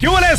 tardes,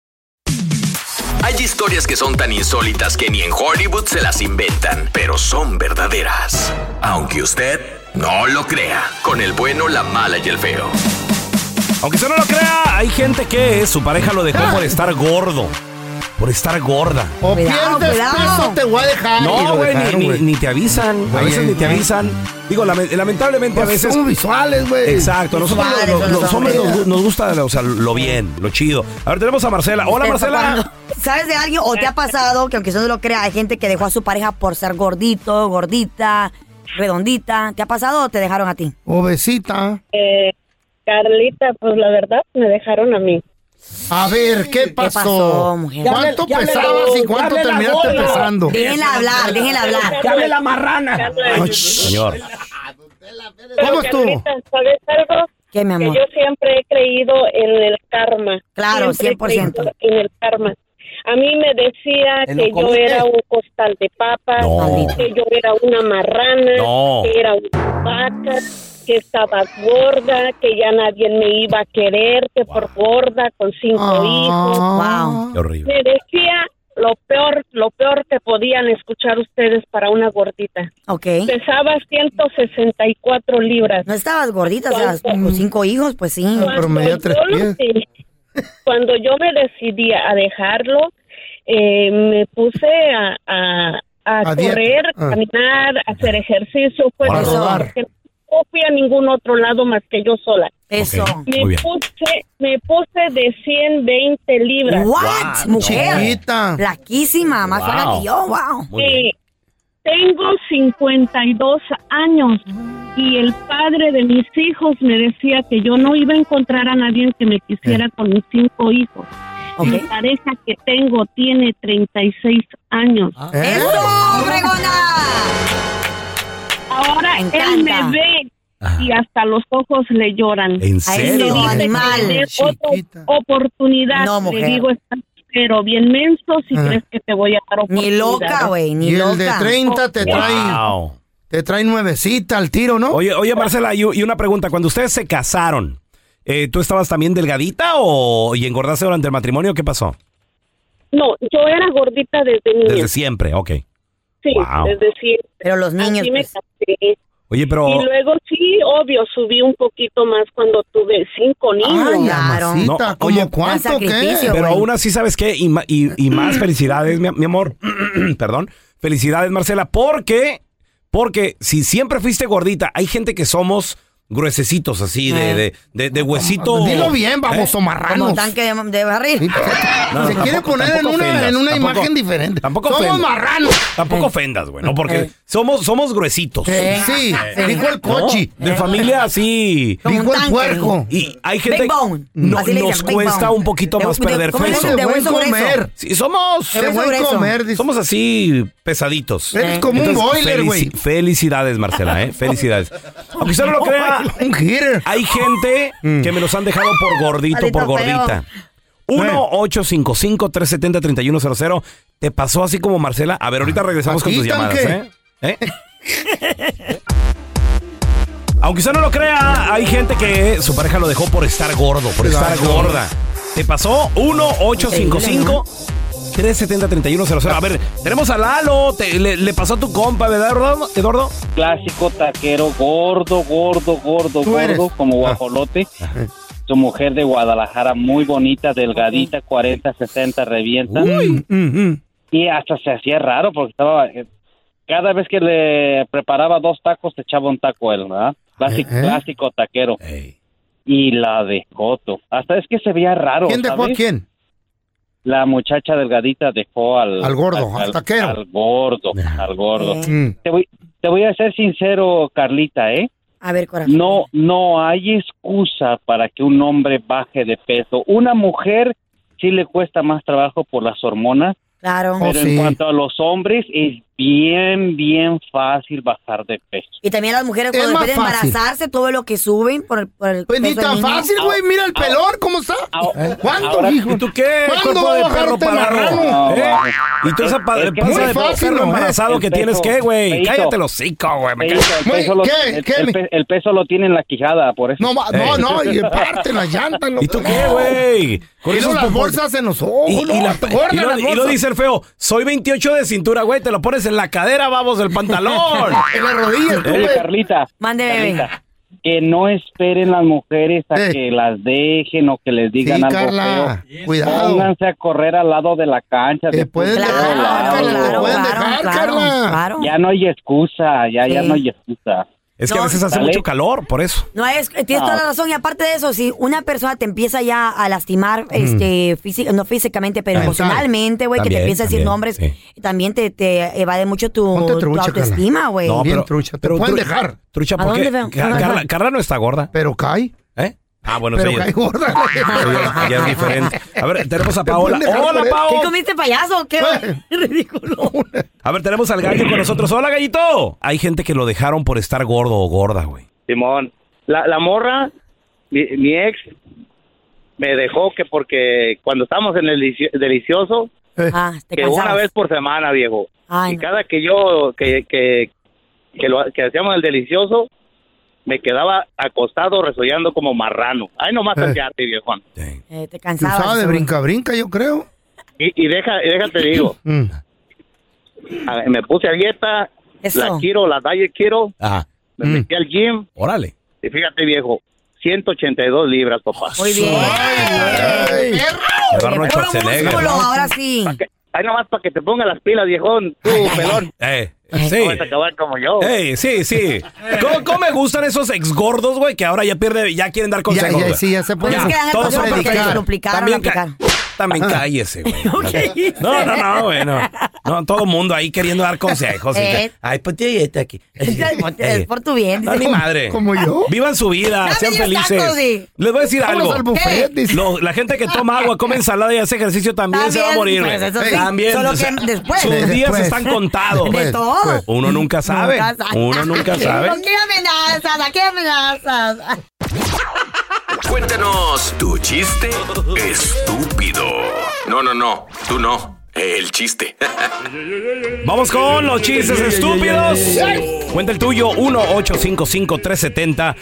Hay historias que son tan insólitas que ni en Hollywood se las inventan, pero son verdaderas. Aunque usted no lo crea, con el bueno, la mala y el feo. Aunque usted no lo crea, hay gente que su pareja lo dejó por estar gordo. Por estar gorda. O Ah, Cuidado, pierdes cuidado. peso, te voy a dejar. Y No, lo güey, dejaron, ni, ni- güey. ni te avisan. A Güey, veces ni te eh. avisan. Digo, lame- lamentablemente a Pues veces. somos visuales, güey. Exacto, nosotros Visuales los, son los los hombres hombres. nos, nos gusta o sea, lo bien, lo chido. A ver, tenemos a Marcela. Hola, Está Marcela. tapando. ¿Sabes de alguien o te ha pasado que aunque eso no lo crea, hay gente que dejó a su pareja por ser gordito, gordita, redondita? ¿Te ha pasado o te dejaron a ti? Obesita. Eh, Carlita, pues la verdad me dejaron a mí. A ver, ¿qué pasó? pasó, mujer? ¿Cuánto Ya le- ya le- pesabas y ya cuánto le la terminaste gorda. pesando? Déjenla hablar, déjenla hablar. ¡Que hable la marrana! Ay, Carla, Señor. ¿Cómo Pero, estuvo? Carlita, ¿sabes algo? ¿Qué, mi Que amor? yo siempre he creído en el karma. Claro, Siempre he 100%. creído En el karma. A mí me decía ¿En lo que yo comiste? era un costal de papas, No. que yo era una marrana, No. que era una vaca, que estaba gorda, que ya nadie me iba a querer, que por gorda, con cinco hijos. Ah. Wow. Qué horrible. Me decía lo peor, lo peor que podían escuchar ustedes para una gordita. Ok. Pesaba 164 libras. No estabas gordita, o sea, con cinco hijos, pues sí. pero medía tres yo lo pies. de- cuando yo me decidí a dejarlo, eh, me puse a, a- a A dieta. correr, Ah. caminar, hacer ejercicio. Fue A todo, rodar. porque no fui a ningún otro lado más que yo sola. Eso. Me Muy bien. puse, me puse de 120 libras. What? Mujer. Chiquita. Flaquísima, más Wow. flaca que yo, wow. Muy bien. Eh, tengo 52 años y el padre de mis hijos me decía que yo no iba a encontrar a nadie que me quisiera con mis cinco hijos. Mi Eh. Ok. pareja que tengo tiene 36 años. ¿Eh? Ah. ¡Eso, fregona! Ahora Me él encanta. me ve y hasta los ojos le lloran. ¿En A ese serio? no, Dice que animal. tener Chiquita. otra oportunidad. No, mujer. Le digo, estás pero bien menso si Ajá. crees que te voy a dar oportunidad. Ni loca, güey, ni Y el de loca. 30 te trae, Wow. te trae nuevecita al tiro, ¿no? Oye, oye, Marcela, y, y una pregunta. Cuando ustedes se casaron, eh, ¿tú estabas también delgadita o y engordaste durante el matrimonio? ¿Qué pasó? No, yo era gordita desde niña. Desde siempre, ok. sí, Wow. desde siempre. Pero los niños, Así me pues, casé. Oye, pero... Y luego sí, obvio, subí un poquito más cuando tuve cinco niños. Ay, claro. mamacita, No, ¿cómo oye, cuánto sacrificio. qué? Pero güey. aún así, ¿sabes qué? Y, ma- y- y más felicidades, mi, mi amor. Perdón. Felicidades, Marcela. Porque, porque si siempre fuiste gordita, hay gente que somos gruesecitos así, de, Eh. de, de- de huesito. Dilo bien, vamos, ¿Eh? o marranos. como tanque de, de Sí, pues, barril. No, se tampoco- quiere poner en tampoco una, ofendas, en una tampoco- imagen diferente. tampoco Somos ofendas. marranos. Tampoco ofendas, güey, ¿no? Porque Eh. somos, somos gruesitos. Eh, Sí, Sí. dijo el ¿no? cochi. Eh. De familia así. Como un Dijo el tanque. puerco. Y hay gente. Big bone. no- Así le dicen, nos big cuesta bone. un poquito De- más de- perder ¿cómo le peso. dicen? De buen hueso grueso. comer. Sí, somos. De hueso buen grueso. comer. dice. Somos así pesaditos. Eh. Eres como un Entonces, boiler, felici- güey. Felicidades, Marcela, ¿eh? Felicidades. Aunque usted no lo crea, Un hitter. hay gente que me los han dejado por gordito, Maldito por gordita. 1-855-370-3100. ¿Te pasó así como Marcela? A ver, ahorita regresamos con Ah, Aquí, tus llamadas, ¿eh? tanque. ¿Eh? Aunque usted no lo crea, hay gente que su pareja lo dejó por estar gordo, por estar Claro. gorda. ¿Te pasó? 1-855. 370-3100. A ver, tenemos a Lalo. Te- le, le pasó a tu compa, ¿verdad, Eduardo? Eduardo? clásico taquero gordo, gordo, gordo, Tú gordo, eres. como guajolote. Eh. Su mujer de Guadalajara, muy bonita, delgadita, 40, 60, revienta. Mm, mm. Y hasta se hacía raro porque estaba... eh, Cada vez que le preparaba dos tacos, te echaba un taco él, ¿verdad? Clásico, Ajá. clásico taquero. Ey. Y la de Coto. Hasta es que se veía raro. ¿Quién dejó a ¿sabes? quién? La muchacha delgadita dejó al... Al gordo, al taquero. Al gordo, al gordo. Eh, Mm. Te voy, te voy a ser sincero, Carlita, ¿eh? A ver, corazón. No, no hay excusa para que un hombre baje de peso. Una mujer sí le cuesta más trabajo por las hormonas, Claro. Oh, Pero en sí. cuanto a los hombres, es bien, bien fácil bajar de peso. Y también las mujeres Es cuando más después de fácil. embarazarse, todo lo que suben por el, por el Pues ni peso del tan niño. fácil, güey. Mira el pelón, ¿cómo está? Ahora- ¿Cuánto, ahora- hijo? ¿Y tú qué? ¿Cuándo eh, Cuerpo va a de bajar perro este parado. marrano? ¿eh? ¿Y tú esa pa- Es que panza muy de fácil, perro ¿no? embarazado que El peso, tienes qué, güey? feíto. Cállate el hocico, güey. me El cae- peso, el Güey, peso lo- ¿qué? el- ¿qué? el pe- el peso lo tiene en la quijada, por eso. No, ma- Ah, no, no, y parte la llanta. ¿Y tú qué, güey? Con Con esos las popos- bolsas en los ojos. Y, y no, la- está y gorda lo, las y lo bolsas. dice el feo, soy 28 de cintura, güey, te lo pones en la cadera, vamos, el pantalón. En las rodillas, tú, Oye, güey. Carlita. Mande, bebé. Carlita, Que no esperen las mujeres a Eh. que las dejen o que les digan Sí, algo Carla. feo. Cuidado. Pónganse a correr al lado de la cancha. Te de pueden fútbol, dejar, al Claro, Carla, lado. lo claro, pueden claro, dejar, claro, Carla. claro. Ya no hay excusa, ya, ya Sí. no hay excusa. Es que a No, veces hace dale. mucho calor, por eso. No es, tienes No. toda la razón. Y aparte de eso, si una persona te empieza ya a lastimar, este, física, no físicamente, pero Mm. Mental. emocionalmente, güey, que te También, empieza a decir también, nombres, sí. también te, te evade mucho tu, Ponte tu trucha, Carla. autoestima, güey. No, Bien, trucha, te pueden dejar. Trucha, ¿A ¿por qué? dónde veo? Ca- No, no, Carla, no. Carla no está gorda, Pero cae. ¿eh? Ah, bueno, Pero sí. cae gorda. Ya, ya es diferente. A ver, tenemos a Te Paola. pueden dejar ¡Hola, por él. ¿Qué Paola! comiste, payaso? ¿Qué Güey. ridículo? A ver, tenemos al gallo con nosotros. ¡Hola, gallito! Hay gente que lo dejaron por estar gordo o gorda, güey. Simón, la, la morra, mi, mi ex, me dejó que porque cuando estábamos en el delici- delicioso, Ah, te que cansabas. una vez por semana, viejo. Ay, y no. cada que yo, que, que, que, lo- que hacíamos el delicioso, me quedaba acostado resollando como marrano. Ay, nomás Eh. hacíate, viejón. Sí. Eh, te Se cansabas. usaba de güey. brinca-brinca, yo creo. Y, y deja, y déjate digo, Mm. a- me puse a dieta, Eso. la quiero, la diet quiero, Ah, me Mm. metí al gym, órale. y fíjate, viejo, 182 libras, papá. Muy bien. Ay, De Puro Arnold Schwarzenegger. músculo, ahora sí. Ay, nomás para que te ponga las pilas, viejón, tú, pelón. Eh, sí. No vas a acabar como yo. Ey, sí, sí. ¿Cómo, cómo me gustan esos ex gordos, güey, que ahora ya pierde, ya quieren dar Ya, consejos? ya, güey. sí, ya se puede. Pues es que dan el todos consejo son porque perfectos. lo duplicaron, lo También, ca- aplicaron. Ah. también cállese, güey. No, no, no, güey, no. No, todo mundo ahí queriendo dar consejos. y Eh. que, Ay, ponte dieta aquí. Es por tu bien. Eh, No, dice. ni madre. Ah, ¿Como yo? Vivan su vida, Dame sean diez felices. tacos y- Les voy a decir Vamos algo. al buffet, dice. Lo- la gente que toma agua, come ensalada y hace ejercicio también se va a morir. pues, güey. eso sí. También. Solo o sea, que después. Sus Sí, días después. están contados. De Pues, todo. pues. Uno nunca sabe. Nunca sabe. Uno nunca sabe. ¿Con qué amenazas? ¿A qué amenazas? Cuéntanos tu chiste estúpido. No, no, no, tú no. El chiste. Vamos con los chistes estúpidos. Cuenta el tuyo, 1-855-370.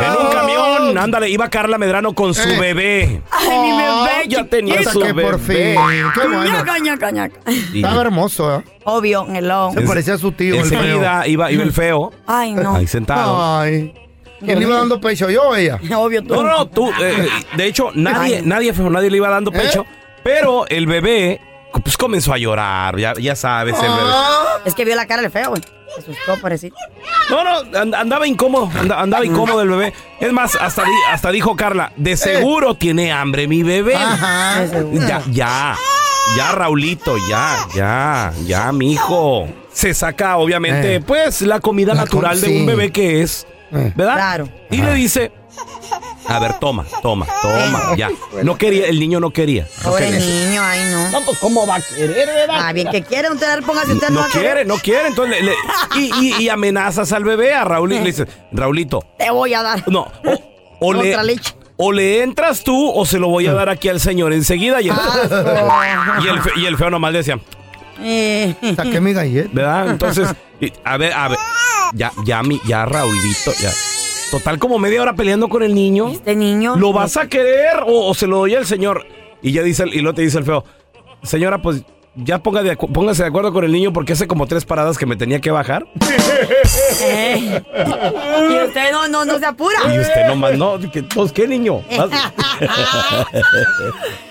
En un camión, ándale, iba Carla Medrano con su Eh. bebé. Ay, mi bebé. Ya tenía Hasta su que por bebé. fin. Qué bueno. Ñaca, ñaca, ñaca. Y Estaba hermoso, ¿eh? Obvio, hello. Se parecía a su tío, el feo. Enseguida iba, iba el feo, Ay, no. ahí sentado. Ay. ¿Quién le iba dando pecho? ¿Yo o ella? Obvio tú. No, no, no, tú, eh, de hecho, nadie, Ay. nadie, feo, nadie le iba dando ¿Eh? pecho, pero el bebé, pues comenzó a llorar, ya, ya sabes, el bebé. Es que vio la cara del feo, güey. Se asustó, pobrecito. No, no, and- andaba incómodo, and- andaba incómodo el bebé. Es más, hasta, di- hasta dijo Carla, de seguro tiene hambre mi bebé. Eh". Ajá. De seguro. Ya, ya, ya, Raulito, ya, ya, ya, mi hijo. Se saca, obviamente, Eh. pues, la comida La com- natural de sí. un bebé que es, Eh. ¿verdad? Claro. Y le dice, a ver, toma, toma, toma, ya. No quería, el niño no quería. No Pobre quería. niño, ay, no. pues, ¿Cómo va a querer, Ah, bien que quiere un tener, póngase usted no va a querer. quiere, no quiere. Entonces, le- le- y, y- y amenazas al bebé, a Raúl, y le dices, Raulito, Te voy a dar. no, o, o le, Otra leche. o le entras tú o se lo voy a dar aquí al señor enseguida. Y el, Ah, Asco. y el, fe- y el feo nomás decía, Eh, Saqué mi galleta. ¿verdad? Entonces, y- a ver, a ver, ya, ya, mi, ya, Raulito, ya. Total, como media hora peleando con el niño. Este niño. ¿Lo vas a querer o, o se lo doy al señor? Y ya dice, el- y lo te dice el feo, señora, pues ya ponga de acu- póngase de acuerdo con el niño porque hace como tres paradas que me tenía que bajar. Eh. Y usted no, no, no se apura. Y usted nomás, no, que, pues, ¿qué niño? Vas-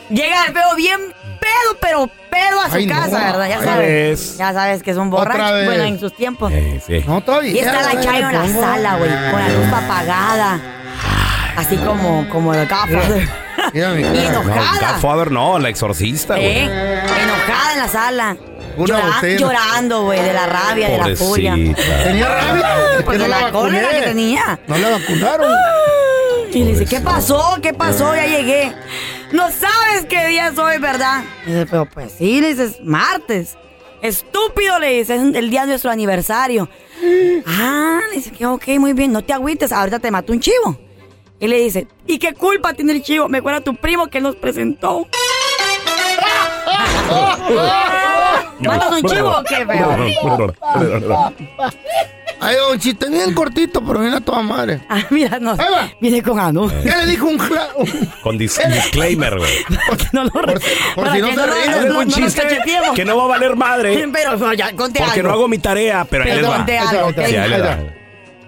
Llega el feo bien pedo, pero pedo a su Ay, no. casa, ¿verdad? Ya Otra sabes. vez. Ya sabes que es un borracho. Otra vez. Bueno, en sus tiempos. Eh, sí. No, todavía. Y está la Chayo en la sala, güey, con la luz apagada. Así como, como de Godfather. Mira mi Y cara. enojada. Godfather no, la exorcista, güey. ¿eh? Enojada en la sala. Una Llora- botella. llorando, güey, de la rabia, de la furia. Pobrecita. Tenía rabia. Pues que de no la cólera vacuné. que tenía. Ah. No la vacunaron. Y le dice, ¿qué pasó? ¿Qué pasó? Ya llegué. no sabes qué día es hoy, ¿verdad? Y dice, pero pues sí, le dices, martes. Estúpido, le dices, es el día de nuestro aniversario. Ah, le dice que ok, muy bien, no te agüites, ahorita te mató un chivo. Y le dice, ¿y qué culpa tiene el chivo? Me acuerda tu primo que nos presentó. ¿Matas un chivo o qué, feo? Hay un chiste bien cortito, pero viene a toda madre. Ah, mira, no, Ahí va. viene con ano. ¿Qué le dijo un cla- un- Con dis- disclaimer, güey. Porque no lo Por si- por para si no que se ríen, no, Es no, no un nos chiste cacheteemos. que no va a valer madre Pero no, ya, conté porque algo. no hago mi tarea, pero ahí Pero les va. conté Ahí algo. está, Sí, ok. ahí les va. Ahí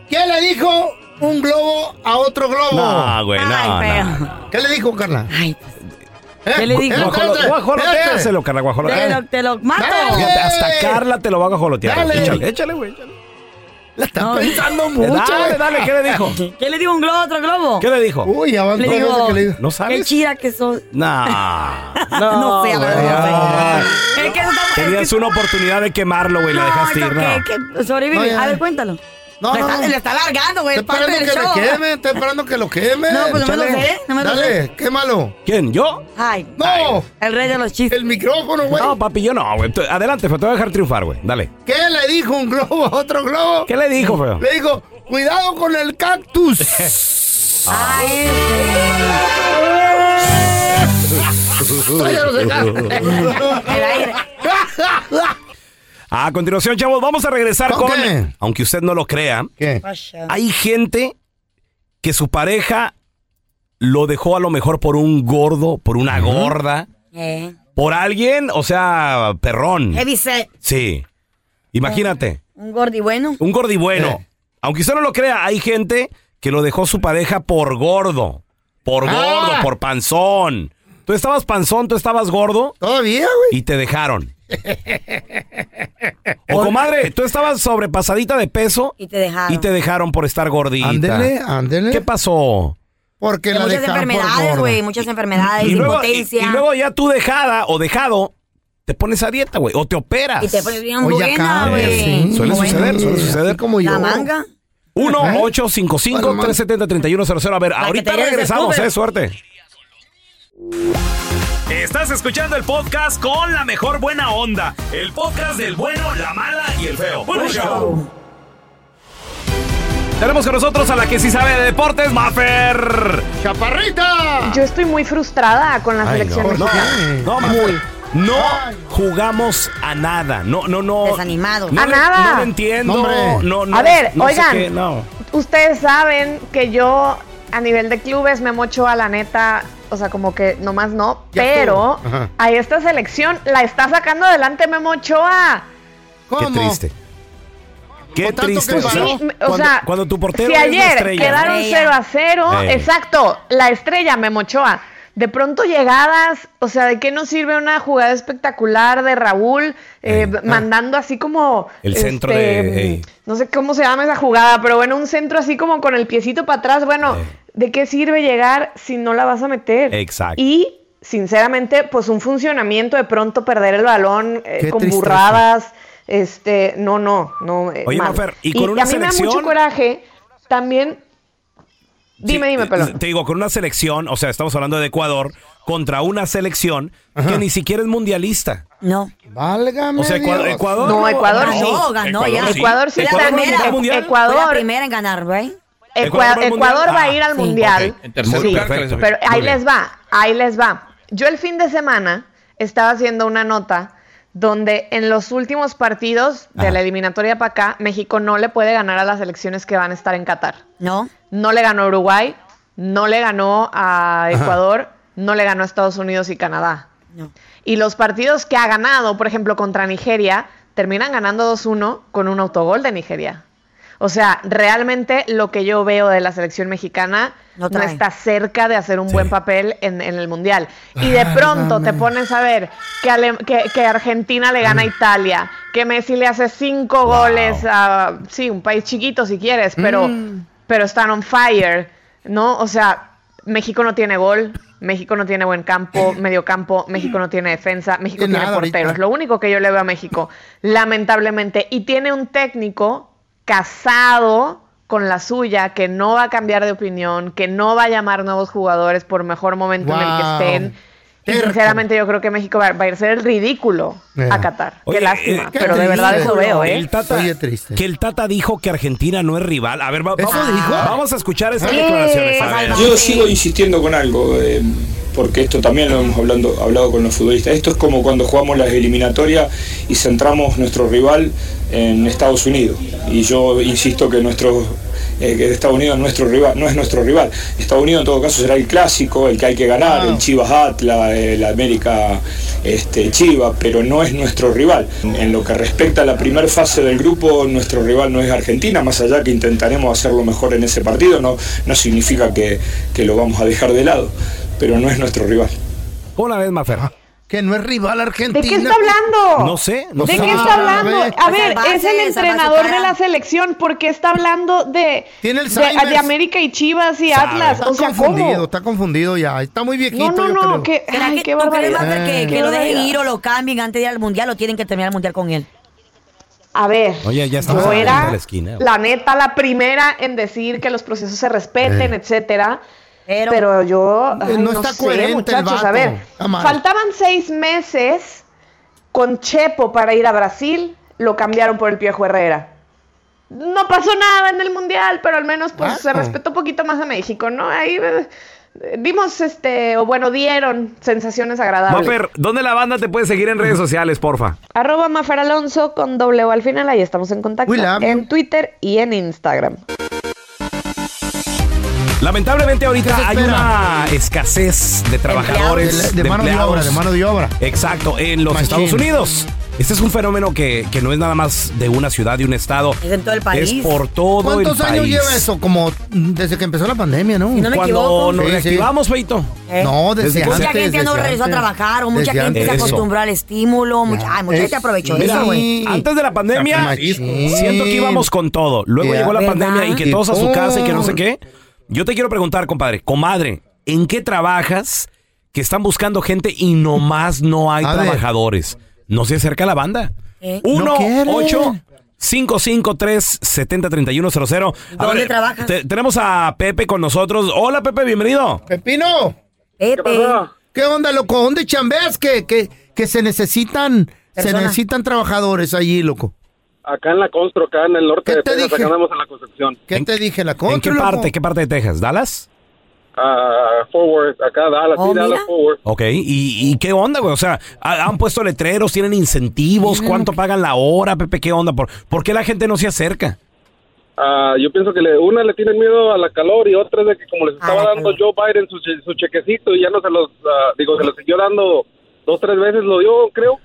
¿Qué le dijo un globo a otro globo? No, güey, no, Ay, no. feo. ¿Qué le dijo, Carla? Ay, ¿Qué le dijo? Guajolo- Guajoloteáselo, Eh, Espérate. carnal, te guajolotea. lo, te lo mato. Dale. Fíjate, Hasta Carla te lo va a guajolotear. Dale. Échale, échale, güey. échale. La está No. pensando mucho. Dale, güey. dale, ¿qué le dijo? ¿Qué le digo un globo a otro globo? ¿Qué le dijo? Uy, ya van Le tres digo- veces que le digo. ¿No Qué sabes? chira que sos. No. No, sé, la verdad, no sé. Es que eso está- es Tenías que- una oportunidad de quemarlo, güey, la No, dejaste no, ir, que- no. que sobrevive. No, ya, a ver, ya. cuéntalo. No, le, no, está, no. le está alargando, güey. Está es parte esperando del que show. lo queme, está esperando que lo queme. No, pues no me lo Échale. sé, no me lo Dale, quémalo. ¿Quién? ¿Yo? Ay, No, el rey de los chistes. el micrófono, güey. No, papi, yo no, güey. Tú- Adelante, feo, te voy a dejar triunfar, güey. Dale. ¿Qué le dijo un globo a otro globo? ¿Qué le dijo, feo? Le dijo, cuidado con el cactus. Ah. Ay, este. Ay, ya no sé qué. el aire. A continuación, chavos, vamos a regresar ¿Con con. qué? Aunque usted no lo crea, ¿Qué? hay gente que su pareja lo dejó a lo mejor por un gordo, por una gorda, Eh, por alguien, o sea, perrón. heavy set. Sí. Imagínate, Un gordi bueno. un gordibueno. Eh. Aunque usted no lo crea, hay gente que lo dejó su pareja por gordo, por Ah. gordo, por panzón. Tú estabas panzón, tú estabas gordo ¿Todavía, güey? y te dejaron. O comadre, tú estabas sobrepasadita de peso Y te dejaron. y te dejaron por estar gordita. Ándele, ándele. ¿Qué pasó? Porque De la muchas dejaron por enfermedades, gorda. güey. Muchas enfermedades, y, luego, y- impotencia. y luego ya tú dejada o dejado, te pones a dieta, güey, o te operas. Y te pones bien Oye, buena, acá, güey. sí. Suele Bueno, suceder, suele suceder. Así como yo. La manga. ¿Eh? 1-855-370-3100. A ver, que ahorita te llenes de regresamos, escupe. eh, suerte. Estás escuchando el podcast con la mejor buena onda. El podcast del bueno, la mala y el feo. Tenemos con nosotros a la que sí sabe de deportes, Maffer. ¡Chaparrita! Yo estoy muy frustrada con la Ay, selección no, mexicana. no, no, Mafer, no jugamos a nada. No, no, no. Desanimado. No A le- nada. No lo entiendo. No, hombre. No, no, A ver, no sé oigan. qué, no. Ustedes saben que yo a nivel de clubes me mocho a la neta, o sea, como que nomás no, Ya pero estuvo. Ajá. a esta selección la está sacando adelante Memo Ochoa. Qué ¿Cómo? triste. Qué Con tanto triste. que o sea, paró. Sí, Claro, m- o cuando- sea, cuando tu portero si es la ayer estrella. quedaron Estrella. 0 a 0, Ey. exacto, la estrella Memochoa. De pronto llegadas, o sea, ¿de qué nos sirve una jugada espectacular de Raúl eh, Ey. b- mandando así como... ah. este, El centro Este, de- eh, ey. No sé cómo se llama esa jugada, pero bueno, un centro así como con el piecito para atrás, bueno, Ey. ¿de qué sirve llegar si no la vas a meter? Exacto. Y... Sinceramente, pues un funcionamiento de pronto perder el balón eh, Qué con tristeza. burradas, este, no, no, no, eh, Oye, mal. Mafer, ¿y con una a mí me da selección? mucho coraje también. Dime, Sí, dime, eh, pelón. Te digo, con una selección, o sea, estamos hablando de Ecuador, contra una selección que ni siquiera es mundialista. No. Válgame O sea, Ecua- Dios. Ecuador. No, Ecuador no, sí. Ganó, ganó ya. Ecuador sí Ecuador está no en- ganó el mundial. Ecuador- Fue la primera en ganar, güey. ¿Ecuador Ecua- va al Ecuador, mundial? va a Ah, ir al sí. mundial. En tercer Muy Sí, lugar, que perfecto. les- pero Muy ahí bien. les va, ahí les va. Yo el fin de semana estaba haciendo una nota donde en los últimos partidos de Ajá. la eliminatoria para acá, México no le puede ganar a las elecciones que van a estar en Qatar. No. No le ganó a Uruguay, no le ganó a Ecuador, no le ganó a Estados Unidos y Canadá. No. Y los partidos que ha ganado, por ejemplo, contra Nigeria, terminan ganando 2-1 con un autogol de Nigeria. O sea, realmente lo que yo veo de la selección mexicana No no, trae. está cerca de hacer un buen papel en, en el Mundial. Y de Válgame. pronto te pones a ver que, Ale- que- que Argentina le gana a Italia, que Messi le hace cinco Wow. goles a, sí, un país chiquito si quieres, pero, Mm. pero están on fire, ¿no? O sea, México no tiene gol, México no tiene buen campo, medio campo, México no tiene defensa, México Tiene tiene Eh. nada ahorita. porteros. Lo único que yo le veo a México, lamentablemente, y tiene un técnico casado con la suya, que no va a cambiar de opinión, que no va a llamar nuevos jugadores por mejor momento en el que Wow. estén. Y Terco. sinceramente yo creo que México va, va a ser el ridículo a Qatar. Oye, qué lástima, eh, qué pero de verdad triste. eso veo, ¿eh? El Tata, Oye, triste. Que el Tata dijo que Argentina no es rival. A ver, va- ¿Eso vamos, dijo? vamos a escuchar esas Sí, declaraciones. A pasa ver. nada. Yo sigo insistiendo con algo, eh, porque esto también lo hemos hablando, hablado con los futbolistas. Esto es como cuando jugamos las eliminatorias y centramos nuestro rival en Estados Unidos. Y yo insisto que nuestro eh, que Estados Unidos es nuestro rival, no es nuestro rival. Estados Unidos en todo caso será el clásico, el que hay que ganar, el Chivas Atlas, el América este, Chivas, pero no es nuestro rival. En lo que respecta a la primera fase del grupo, nuestro rival no es Argentina, más allá que intentaremos hacerlo mejor en ese partido, no, no significa que, que lo vamos a dejar de lado, pero no es nuestro rival. Una vez más, Ah, Fer. Que no es rival ¿De Argentina. qué está hablando? No sé, no ¿De sé. qué está Ah, hablando? ve. A ver, es Salvarse, el salvarse entrenador cara. de la selección. ¿Por qué está hablando de, Tiene el de, Alzheimer's. de América y Chivas y Sabe. Atlas? Está O sea, confundido, ¿cómo? está confundido ya. Está muy viejito, No, no, yo no. creo. Que, ¿Será ay, que qué tú crees, barbaridad. Marta, que, Qué que lo dejen barbaridad. ir o lo cambien antes de ir al mundial o tienen que terminar el mundial con él? A ver, Oye, ya estamos yo a la vuelta era de la esquina. la neta la primera en decir que los procesos se respeten, etcétera. Pero- Pero, yo Eh, ay, no no, está sé, coherente el muchachos, vato. Ah, a ver, Está mal. faltaban seis meses con Chepo para ir a Brasil, lo cambiaron por el Piojo Herrera. No pasó nada en el mundial, pero al menos pues se Vato. respetó un poquito más a México, ¿no? Ahí eh, dimos este, o bueno, dieron sensaciones agradables. Mafer, ¿dónde la banda te puede seguir en redes sociales, porfa? Arroba Mafer Alonso con doble O al final, ahí estamos en contacto. We love you. En Twitter y en Instagram. ¿Qué Lamentablemente se ahorita hay espera? una escasez de De, trabajadores, la- de, de mano de empleados. obra, de mano de obra. Exacto, en los Machín. Estados Unidos. Este es un fenómeno que, que no es nada más de una ciudad y un estado. Es en todo el país. Es por todo ¿Cuántos el años país. lleva eso? Como mm, desde que empezó la pandemia, ¿no? Si no me Cuando equivoco. nos Sí, sí. reactivamos, Feito. ¿eh? No, desde Mucha antes. Mucha gente desde no regresó a antes. trabajar, o mucha Desde gente se antes. acostumbró al estímulo. Mucha, Ya. ay, mucha gente Es- aprovechó mira, eso, güey. Sí. Antes de la pandemia, Machín. siento que íbamos con todo. Luego Ya. llegó la ¿Verdad? pandemia y que Y todos a su pum. casa y que no sé qué. Yo te quiero preguntar, compadre, comadre, ¿en qué trabajas que están buscando gente y nomás no hay A ver. trabajadores? No se acerca la banda. ¿Eh? 1 No quiere. 8 553 703100 ¿Dónde trabajas? tenemos a Pepe con nosotros. Hola, Pepe, bienvenido. Pepino, Pepe. ¿qué onda, loco? ¿Dónde chambeas? Que, que, que se necesitan, se Persona. necesitan trabajadores allí, loco. Acá en la Constru, acá en el norte ¿Qué de te Texas, dije? acá andamos en la construcción. ¿Qué ¿En- te dije? ¿La contra, ¿En qué loco? parte? ¿Qué parte de Texas? ¿Dallas? Ah, forward, acá Dallas, Oh, sí, Dallas mira. Forward. Ok, ¿Y, y qué onda, güey? O sea, ha- ¿han puesto letreros? ¿Tienen incentivos? ¿Cuánto pagan la hora, Pepe? ¿Qué onda? ¿Por, por qué la gente no se acerca? Ah, yo pienso que le- una le tiene miedo a la calor y otra es de que como les A estaba la dando Joe Biden su, che- su chequecito y ya no se los, ah, digo, se los siguió dando dos, tres veces, lo dio, creo.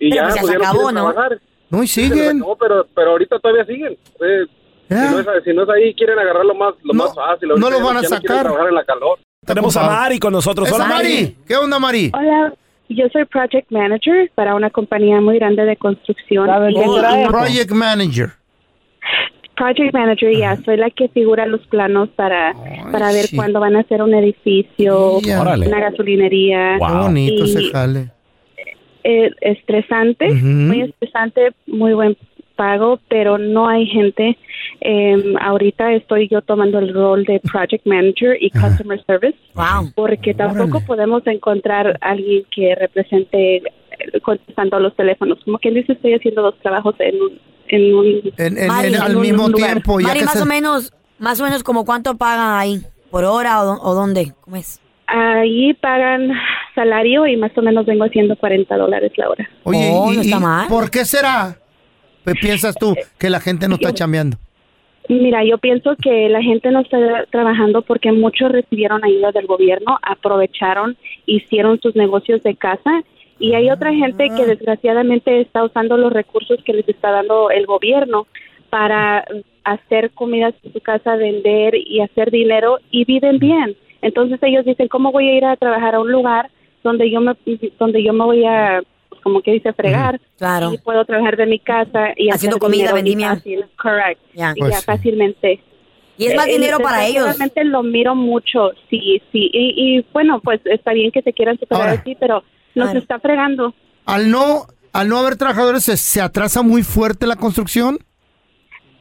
Y Pero ya, pues ya pues se ya no acabó, quieren ¿no? trabajar. No, y Se les siguen. acabó, pero, pero ahorita todavía siguen. Eh, Ya. Si, no es, si no es ahí, quieren agarrar lo más, lo No, más fácil. no ahorita lo ya van a ya no quieren sacar. trabajar en la calor. Tenemos a Mari con nosotros. Esa Hola, Mari. Mari. ¿Qué onda, Mari? Hola, yo soy project manager para una compañía muy grande de construcción. ¿Saben Y- qué y- trae? eh, Project Manager. project manager, ya, soy la que figura los planos para, Ay, para ver sí. cuándo van a hacer un edificio, Ya. Órale. una gasolinería. Guau. Qué bonito ese Y- jale. Eh, estresante, Ujú. muy estresante, muy buen pago, pero no hay gente. Eh, ahorita estoy yo tomando el rol de project manager y Ajá. customer service Wow. porque tampoco Órale. podemos encontrar alguien que represente eh, contestando los teléfonos. Como quien dice, estoy haciendo dos trabajos en un... En un En, en- Mari, en- al en un mismo lugar. tiempo. Ya Mari, que más se- o menos, más o menos como cuánto pagan ahí, por hora o, dó- o dónde, ¿cómo es? ahí pagan salario y más o menos vengo haciendo 40 dólares la hora. Oye, Oh, y- no está y mal. ¿por qué será? Pues piensas tú que la gente no está chambeando. Mira, yo pienso que la gente no está trabajando porque muchos recibieron ayuda del gobierno, aprovecharon, hicieron sus negocios de casa y hay otra gente Ah. que desgraciadamente está usando los recursos que les está dando el gobierno para hacer comidas en su casa, vender y hacer dinero y viven bien. Entonces ellos dicen, ¿cómo voy a ir a trabajar a un lugar donde yo me, donde yo me voy a, pues, como que dice, fregar? Claro. Y puedo trabajar de mi casa y Haciendo hacer comida, dinero y vendimia. fácil. Correct. Ya. Y Pues ya sí. fácilmente. Y es más Eh, dinero para ellos. sinceramente lo miro mucho, sí, sí. Y, y, bueno, pues está bien que se quieran superar Ahora. así, pero nos Ahora. está fregando. Al no, al no haber trabajadores, ¿se, se atrasa muy fuerte la construcción?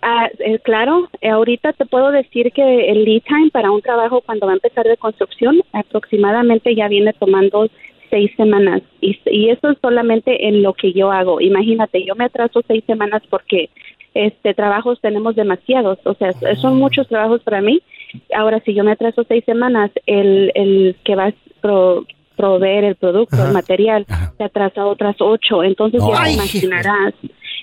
Ah, eh, claro, eh, ahorita te puedo decir que el lead time para un trabajo cuando va a empezar de construcción aproximadamente ya viene tomando seis semanas y, y eso es solamente en lo que yo hago. Imagínate, yo me atraso seis semanas porque este trabajos tenemos demasiados, o sea, Ah. son muchos trabajos para mí. Ahora, si yo me atraso seis semanas, el, el que va a pro- proveer el producto, el material, se atrasa otras ocho, entonces No. ya te Ay, imaginarás.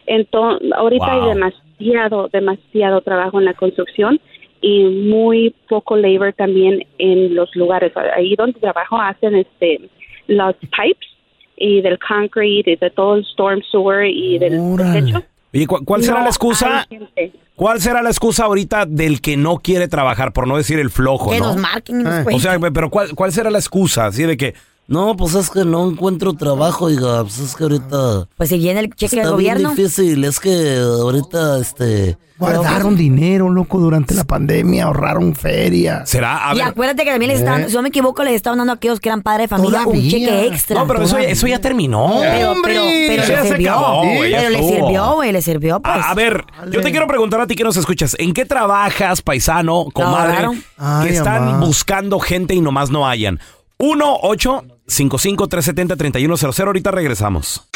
Entonces, ahorita hay Wow. demasiado, demasiado trabajo en la construcción y muy poco labor también en los lugares. Ahí donde trabajo hacen este los pipes y del concrete y de todo el storm sewer y del techo. Oye, ¿cu- ¿cuál será No la excusa? hay gente. ¿Cuál será la excusa ahorita del que no quiere trabajar, por no decir el flojo, Que no? nos marquen y nos O cuenten. sea, pero ¿cuál, cuál será la excusa? Así de que, no, pues es que no encuentro trabajo, oiga, pues es que ahorita... Pues si viene el cheque del Está bien gobierno. difícil, es que ahorita, este... Guardaron dinero, loco, durante la pandemia, ahorraron feria. ¿Será? Y acuérdate que también le están, ¿Eh? si no me equivoco, les estaban dando a aquellos que eran padres de familia un Todavía. cheque extra. No, pero eso, eso ya terminó. Pero, pero, pero Eso ya le se sirvió. acabó, güey, ya pero le estuvo. Ah, sirvió, güey, le sirvió, pues. A, a ver, yo te quiero preguntar a ti que nos escuchas, ¿en qué trabajas, paisano, Claro. comadre, Ay, que están amá. buscando gente y nomás no hayan? 1 8 55 370 3100 ahorita regresamos.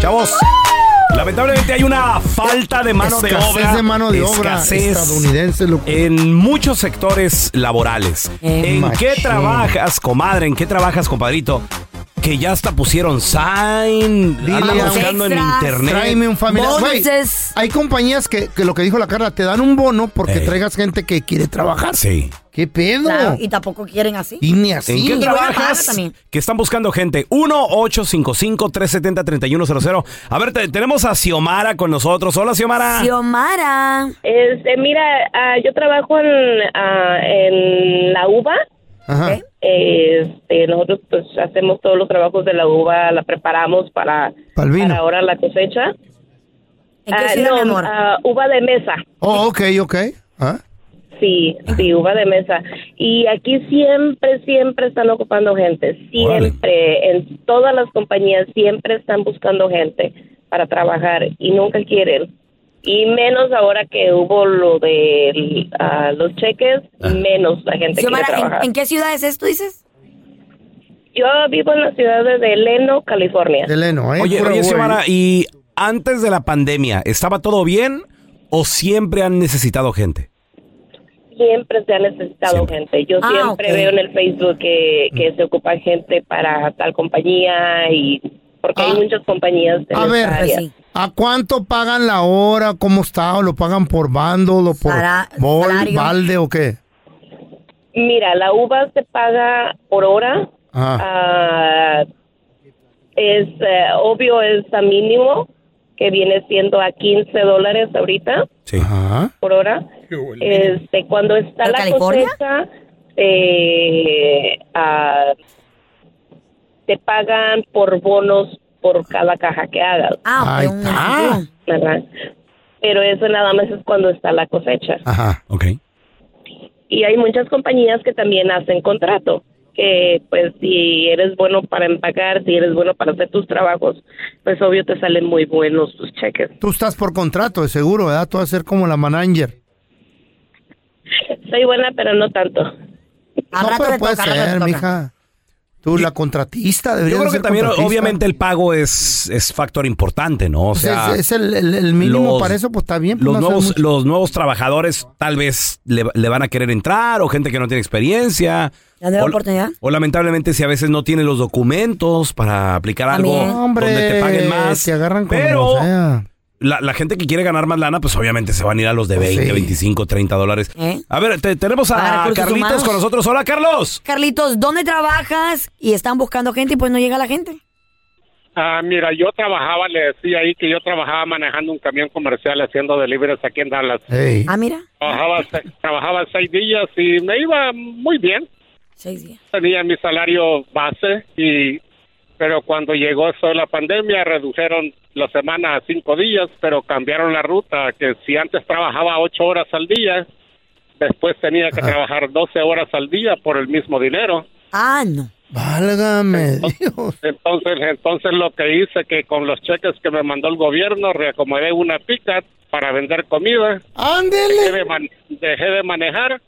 Chavos, lamentablemente hay una falta de mano de Escasez obra. de mano de obra escasez estadounidense, En muchos sectores laborales. ¿En qué machín. trabajas, comadre? ¿En qué trabajas, compadrito? Que ya hasta pusieron sign, andan Dile, buscando en extras, internet. Tráeme un familiar. Güey, hay compañías que, que lo que dijo la Carla, te dan un bono porque traigas gente que quiere trabajar. Sí. ¿Qué pedo? Claro, Ah, y tampoco quieren así. Y ni así. ¿En qué Y buena paga trabajas? también. Que están buscando gente. 1-855-370-3100. A ver, te- tenemos a Xiomara con nosotros. Hola, Xiomara. Xiomara. Este, mira, ah, yo trabajo en, ah, en la uva. Ajá. Este, nosotros pues hacemos todos los trabajos de la uva, la preparamos para, Pa'l vino. para ahora la cosecha. ¿En qué Ah, ciudad, no, mi amor? ah, uva de mesa. Oh, ok, ok. Ah, Sí, sí, uva de mesa. Y aquí siempre, siempre están ocupando gente. Siempre, en todas las compañías siempre están buscando gente para trabajar y nunca quieren. Y menos ahora que hubo lo de ah, los cheques, menos la gente Xiomara, quiere trabajar. ¿en, en qué ciudad es esto, dices? Yo vivo en la ciudad de Leno, California. Leno, Oye, pura oye uva, Xiomara, ¿eh? ¿y antes de la pandemia estaba todo bien o siempre han necesitado gente? Siempre se ha necesitado gente. Yo Ah, siempre ok. veo en el Facebook que, que se ocupa gente para tal compañía y porque Ah. hay muchas compañías en A esta ver, área. ¿a cuánto pagan la hora? ¿Cómo está? ¿O lo pagan por bando? ¿O por Sara- bol, salario. balde o qué? Mira, la uva se paga por hora. Ah. Ah, es eh, obvio, es a mínimo, que viene siendo a 15 dólares ahorita Sí. por hora. Eh, Este, cuando está ¿En la California? cosecha, eh, ah, te pagan por bonos por cada caja que hagas. Ah, Ahí está. ¿verdad? Pero eso nada más es cuando está la cosecha. Ajá. Ok. Y hay muchas compañías que también hacen contrato, que pues si eres bueno para empacar, si eres bueno para hacer tus trabajos, pues obvio te salen muy buenos tus cheques. Tú estás por contrato, de seguro, ¿verdad? Tú vas a ser como la manager. Soy buena, pero no tanto. no, pero puede ser, mija. Tú la contratista, Yo deberías de creo que Ah, ser también, contratista. obviamente, el pago es, es factor importante, ¿no? O Pues sea, es, es el, el- el mínimo los- para eso, pues está bien. pues, Los, no hacer nuevos, mucho. los nuevos trabajadores tal vez le, le van a querer entrar o gente que no tiene experiencia. ¿La nueva O- oportunidad? O lamentablemente si a veces no tiene los documentos para aplicar También. algo donde te paguen más. Te agarran con pero o sea. la, la gente que quiere ganar más lana, pues obviamente se van a ir a Ah, los de 20, 25, 30 dólares. A ver, te- tenemos ¿Eh? Para a recursos Carlitos humanos. con nosotros. Hola, Carlos. Carlitos, ¿dónde trabajas? Y están buscando gente y pues no llega la gente. Ah, mira, yo trabajaba, le decía ahí que yo trabajaba manejando un camión comercial haciendo deliveries aquí en Dallas. Ah, mira. Trabajaba, se- trabajaba seis días y me iba muy bien. Seis días. Tenía mi salario base, y pero cuando llegó eso de la pandemia redujeron la semana a cinco días, pero cambiaron la ruta, que si antes trabajaba ocho horas al día, después tenía que trabajar doce horas al día por el mismo dinero. Ah, no. Válgame. Entonces, entonces lo que hice que con los cheques que me mandó el gobierno reacomodé una pica para vender comida. Ándele. Dejé de, man- dejé de manejar.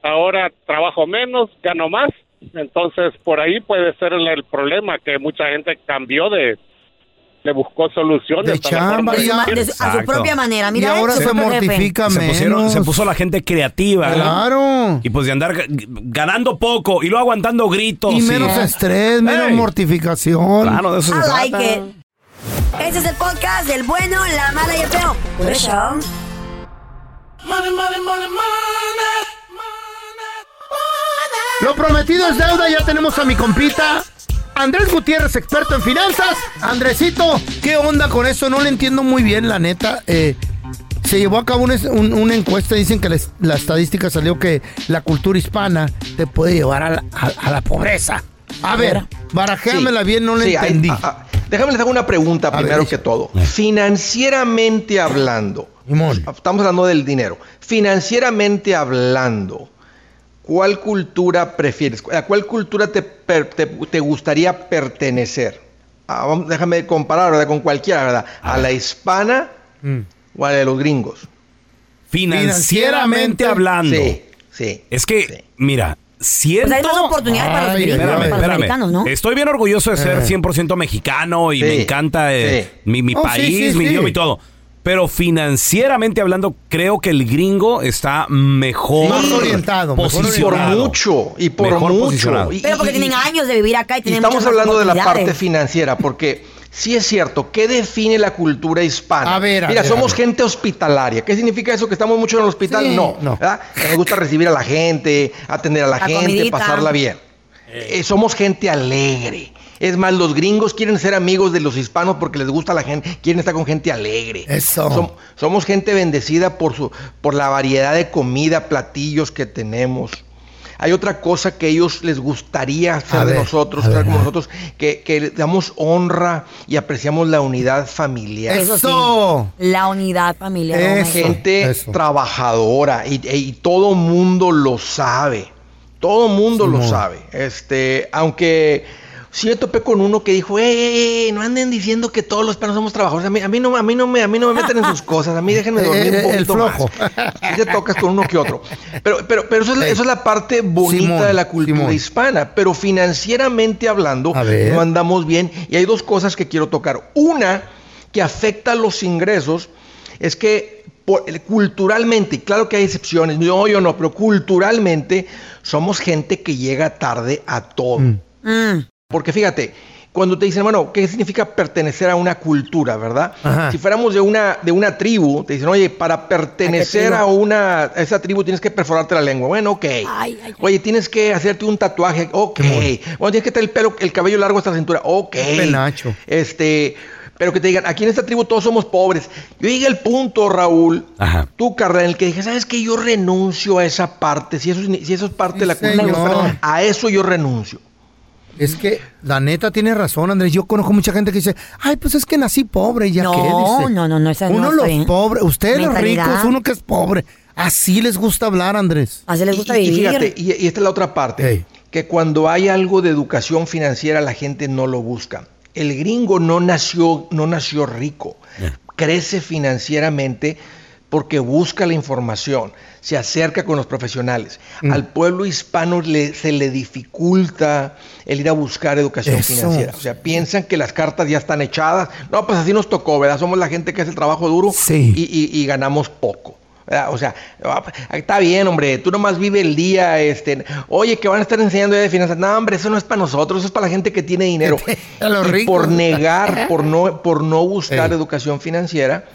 Ahora trabajo menos, gano más. Entonces por ahí puede ser el, el problema que mucha gente cambió de le buscó soluciones a la forma de vivir. a su propia manera. Mira, Y ahora este se jefe. mortifica Se, pusieron- menos. se puso la gente creativa. ¿eh? Claro. Y pues de andar ga- ganando poco y luego aguantando gritos. Y menos estrés, menos Ey. mortificación. Claro, de eso se I like trata. it. Ese es el podcast del bueno, la mala y el feo. Por eso. Lo prometido es deuda, ya tenemos a mi compita. Andrés Gutiérrez, experto en finanzas. Andresito, ¿qué onda con eso? No le entiendo muy bien, la neta. Eh, se llevó a cabo una, es- un- una encuesta, dicen que la, es- la estadística salió que la cultura hispana te puede llevar a la, a- a la pobreza. A ver, barajéamela bien, no le Sí, ahí- entendí. ah, ah, déjame les hago una pregunta primero que todo. Eh. Financieramente hablando, estamos hablando del dinero. Financieramente hablando, ¿cuál cultura prefieres? ¿A cuál cultura te, per- te- te gustaría pertenecer? Ah, vamos, déjame comparar, ¿verdad? Con cualquiera, ¿verdad? ¿A la hispana Mm. o a la de los gringos? Financieramente hablando. Sí, sí. Es que, mira, siento... Pues hay más oportunidades para los Ay, gringos, espérame, para los espérame. americanos, ¿no? Estoy bien orgulloso de ser Eh. 100% mexicano y me encanta eh, mi, mi Oh, sí, país, sí, mi sí. idioma y todo. Pero financieramente hablando, creo que el gringo está mejor Más orientado, mejor posicionado. Por mucho, y por Mejor mucho. posicionado. Y- Pero porque tienen años de vivir acá y Y tienen estamos muchas más hablando de la parte oportunidades. financiera, porque sí es cierto, ¿qué define la cultura hispana? A ver, a Mira, ver, somos a ver. gente hospitalaria. ¿Qué significa eso? ¿Que estamos mucho en el hospital? Sí. no, No. ¿verdad? Que nos gusta recibir a la gente, atender a la, La gente, comidita. pasarla bien. Eh, somos gente alegre. Es más, los gringos quieren ser amigos de los hispanos porque les gusta la gente, quieren estar con gente alegre. Eso. Som- somos gente bendecida por, su, por la variedad de comida, platillos que tenemos. Hay otra cosa que ellos les gustaría hacer A de ver, nosotros, a ser ver, como a ver. nosotros, que, que le damos honra y apreciamos la unidad familiar. Eso sí. La unidad familiar. oh my God. Gente trabajadora y, e, y todo mundo lo sabe. Todo mundo lo Simón. sabe. Este, aunque sí me topé con uno que dijo, "Ey, ey, ey, no anden diciendo que todos los perros somos trabajadores. A mí, a mí no, a mí no me, a mí no me meten en sus cosas. A mí déjenme dormir Eh, un eh, el poquito flojo. más. Sí te tocas con uno que otro. Pero, pero, pero eso, es la, eso es la parte bonita Simón, de la cultura Simón. hispana. Pero financieramente hablando, ver. no andamos bien. Y hay dos cosas que quiero tocar. Una que afecta los ingresos es que por- el- culturalmente, y claro que hay excepciones, no, yo no, pero culturalmente somos gente que llega tarde a todo. Porque fíjate, cuando te dicen, bueno, ¿qué significa pertenecer a una cultura, verdad? Ajá. Si fuéramos de una, de una tribu, te dicen, oye, para pertenecer a, una a esa tribu tienes que perforarte la lengua. Bueno, ok. Oye, tienes que hacerte un tatuaje. Ok. Bueno, tienes que tener el pelo, el cabello largo hasta la cintura. Ok. Penacho. Este, pero que te digan, aquí en esta tribu todos somos pobres. Yo llegué al punto, Raúl, tú, carnal, en el que dije, ¿sabes qué? Yo renuncio a esa parte. Si eso, es- si eso es parte de la cultura, señor. hispana, a eso yo renuncio. Es que la neta tiene razón, Andrés. Yo conozco mucha gente que dice, ay, pues es que nací pobre y ya No, qué dice. no, no, no, esa no Uno está los bien. pobres, ustedes los Mentalidad. ricos, uno que es pobre. Así les gusta hablar, Andrés. Así les gusta Y- y, vivir. fíjate, y, y esta es la otra parte, que cuando hay algo de educación financiera la gente no lo busca. El gringo no nació, no nació rico, crece financieramente porque busca la información, se acerca con los profesionales. Mm. Al pueblo hispano le- se le dificulta el ir a buscar educación Eso. financiera. O sea, piensan que las cartas ya están echadas. No, pues así nos tocó, ¿verdad? Somos la gente que hace el trabajo duro y, y- y ganamos poco. ¿verdad? O sea, ah, está bien, hombre, tú nomás vive el día, este, oye, que van a estar enseñando ya de finanzas. No, hombre, eso no es para nosotros, eso es para la gente que tiene dinero. A los Y ricos. por negar, por no, por no buscar educación financiera,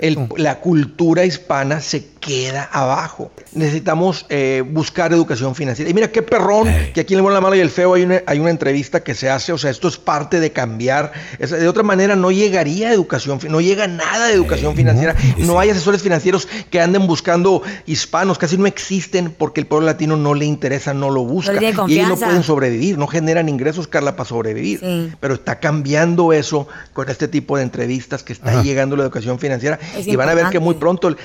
el- la cultura hispana se queda abajo. Necesitamos eh, buscar educación financiera. Y mira qué perrón que aquí en el Bueno, la Mala y el Feo hay una, hay una entrevista que se hace. O sea, esto es parte de cambiar. Es- de otra manera no llegaría educación, fi- no llega nada de educación financiera. No hay asesores financieros que anden buscando hispanos, casi no existen porque el pueblo latino no le interesa, no lo busca. No le tiene y ellos no confianza. pueden sobrevivir, no generan ingresos, Carla, para sobrevivir. Pero está cambiando eso con este tipo de entrevistas que está llegando la educación financiera. Es y van a ver que importante. muy pronto,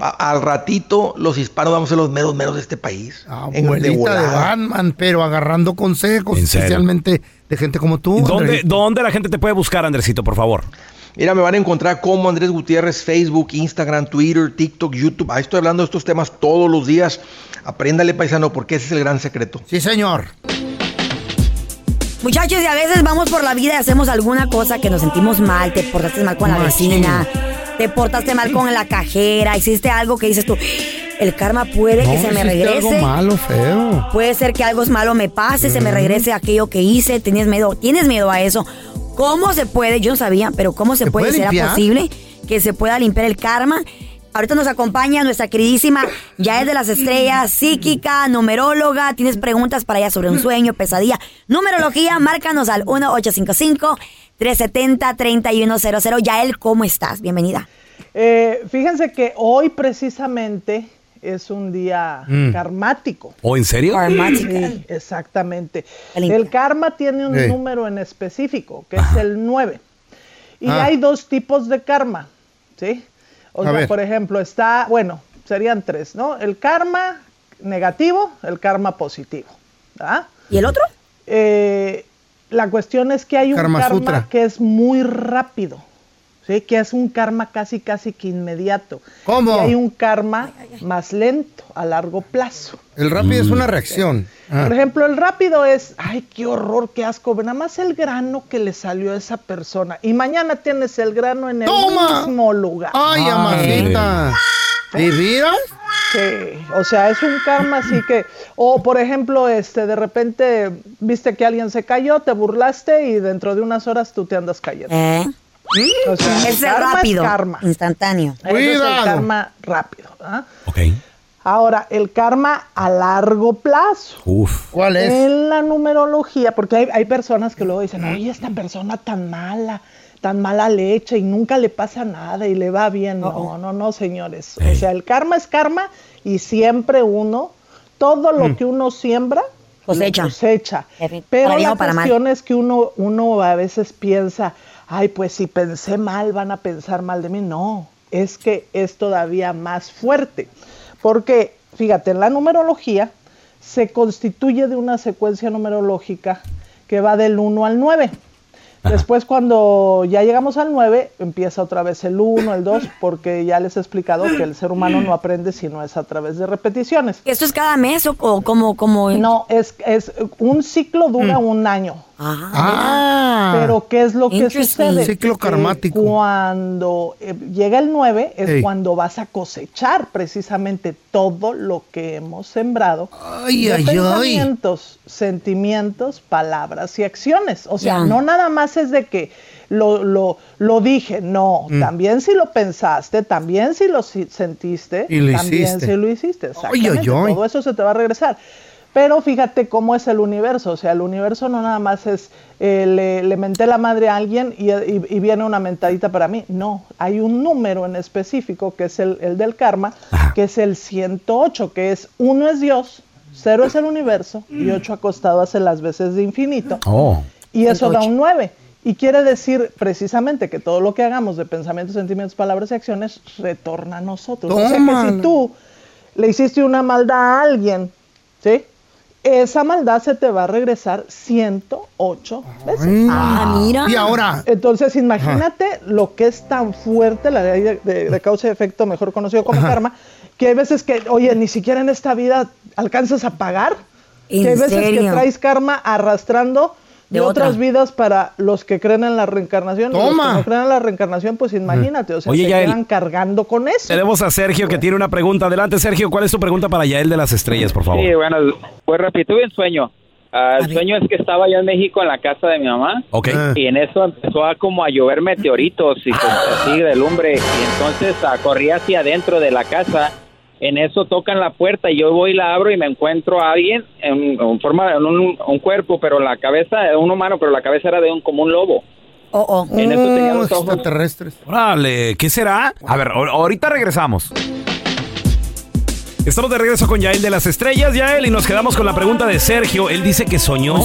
a- al ratito los hispanos vamos a ser los meros meros de este país. En- de Ah, Abuelita de volada. Batman, pero agarrando consejos, serio? especialmente de gente como tú. ¿Dónde- Andrés. ¿Dónde la gente te puede buscar, Andresito, por favor? Mira, me van a encontrar como Andrés Gutiérrez, Facebook, Instagram, Twitter, TikTok, YouTube. Ahí estoy hablando de estos temas todos los días. Apréndale, paisano, porque ese es el gran secreto. Sí, señor. Muchachos, y a veces vamos por la vida y hacemos alguna cosa que nos sentimos mal, te portaste mal con la Machín. vecina, te portaste mal con la cajera, hiciste algo que dices tú, el karma puede que No, se me hiciste regrese. algo malo, feo. Puede ser que algo malo me pase, se me Mm. regrese aquello que hice, tienes miedo, tienes miedo a eso. ¿Cómo se puede? Yo no sabía, pero ¿cómo se, puede? puede ¿Será limpiar? posible que se pueda limpiar el karma? Ahorita nos acompaña nuestra queridísima, ya es de las estrellas, psíquica, numeróloga. Tienes preguntas para ella sobre un sueño, pesadilla, numerología. Márcanos al 1-855-370-3100. Yael, ¿cómo estás? Bienvenida. Eh, fíjense que hoy precisamente es un día Mm. karmático. ¿O en serio? Sí, exactamente. El karma tiene un Sí. número en específico, que es el 9. Y Ah. hay dos tipos de karma, ¿sí? O A sea, ver. por ejemplo, está, bueno, serían tres, ¿no? El karma negativo, el karma positivo. ¿ah? Eh, ¿Y el otro? la cuestión es que hay un Karma karma Sutra. que es muy rápido. ¿sí? que es un karma casi casi que inmediato. ¿Cómo? Y hay un karma más lento, a largo plazo. El rápido Mm. es una reacción. Ah. Por ejemplo, el rápido es, ay, qué horror, qué asco, ve nada más el grano que le salió a esa persona. Y mañana tienes el grano en el ¡Toma! mismo lugar. Ay, amadita. ¿Y miras? Sí, o sea, es un karma así que, o por ejemplo, este, de repente viste que alguien se cayó, te burlaste y dentro de unas horas tú te andas cayendo. ¿Eh? O sea, es el karma es rápido, karma. instantáneo. Ese es el karma rápido. ¿ah? Ok. Ahora, el karma a largo plazo. Uf. ¿Cuál es? En la numerología, porque hay, hay personas que luego dicen, oye, esta persona tan mala, tan mala leche y nunca le pasa nada y le va bien. No, no, no, señores. O sea, el karma es karma y siempre uno, todo lo Mm. que uno siembra, lo Cosecha. cosecha. Efe- Pero para bien la o para mal. cuestión es que uno, uno a veces piensa, ay, pues si pensé mal, van a pensar mal de mí. No, es que es todavía más fuerte. Porque, fíjate, en la numerología se constituye de una secuencia numerológica que va del 1 al 9. Después cuando ya llegamos al 9, empieza otra vez el 1, el 2, porque ya les he explicado que el ser humano no aprende si no es a través de repeticiones. ¿Esto es cada mes o, o como, como... No, es, es un ciclo dura Mm. un año. Ah. Pero ¿qué es lo que Interesting. sucede? Ciclo Que karmático. Cuando eh, llega el 9 es Ey. cuando vas a cosechar precisamente todo lo que hemos sembrado. Ay, de ay, ay. pensamientos, sentimientos, palabras y acciones. O sea, Ya. no nada más es de que lo, lo, lo dije, no, Mm. también si lo pensaste, también si lo si- sentiste, Y lo también hiciste. si lo hiciste. ay, Exactamente, ay. todo eso se te va a regresar. Pero fíjate cómo es el universo, o sea, el universo no nada más es eh, le, le menté la madre a alguien y, y- y viene una mentadita para mí, no, hay un número en específico que es el, el del karma, que es el 108, que es uno es Dios, cero es el universo y Mm. ocho acostado hace las veces de infinito. Oh. Y eso da 108. un 9. Y quiere decir precisamente que todo lo que hagamos de pensamientos, sentimientos, palabras y acciones retorna a nosotros. O sea que si Tómala. tú le hiciste una maldad a alguien, ¿sí? Esa maldad se te va a regresar 108 veces. Ah, mira. Y ahora. Entonces, imagínate lo que es tan fuerte la ley de, de- de causa y efecto, mejor conocido como karma, que hay veces que, oye, ni siquiera en esta vida alcanzas a pagar. ¿En que hay veces que serio? traes karma arrastrando de, De otra. otras vidas para los que creen en la reencarnación. Y los Toma. que no creen en la reencarnación, pues imagínate, o sea, Oye, se Yael. quedan cargando con eso. Tenemos a Sergio que tiene una pregunta. Adelante, Sergio. ¿Cuál es tu pregunta para Yael de las Estrellas, por favor? Sí, bueno, pues rápido, tuve un sueño. Ah, el sueño es que estaba yo en México en la casa de mi mamá Ok. y en eso empezó a como a llover meteoritos y pues, Ah. así de lumbre y entonces ah, corrí hacia adentro de la casa. En eso tocan la puerta y yo voy y la abro y me encuentro a alguien en, en forma de un, un cuerpo, pero la cabeza de un humano, pero la cabeza era de un como un lobo. Oh, oh. En eso tenía los ojos extraterrestres. Órale, ¿qué será? A ver, ahor- ahorita regresamos. Estamos de regreso con Yael de las Estrellas, Yael, y nos quedamos con la pregunta de Sergio. Él dice que soñó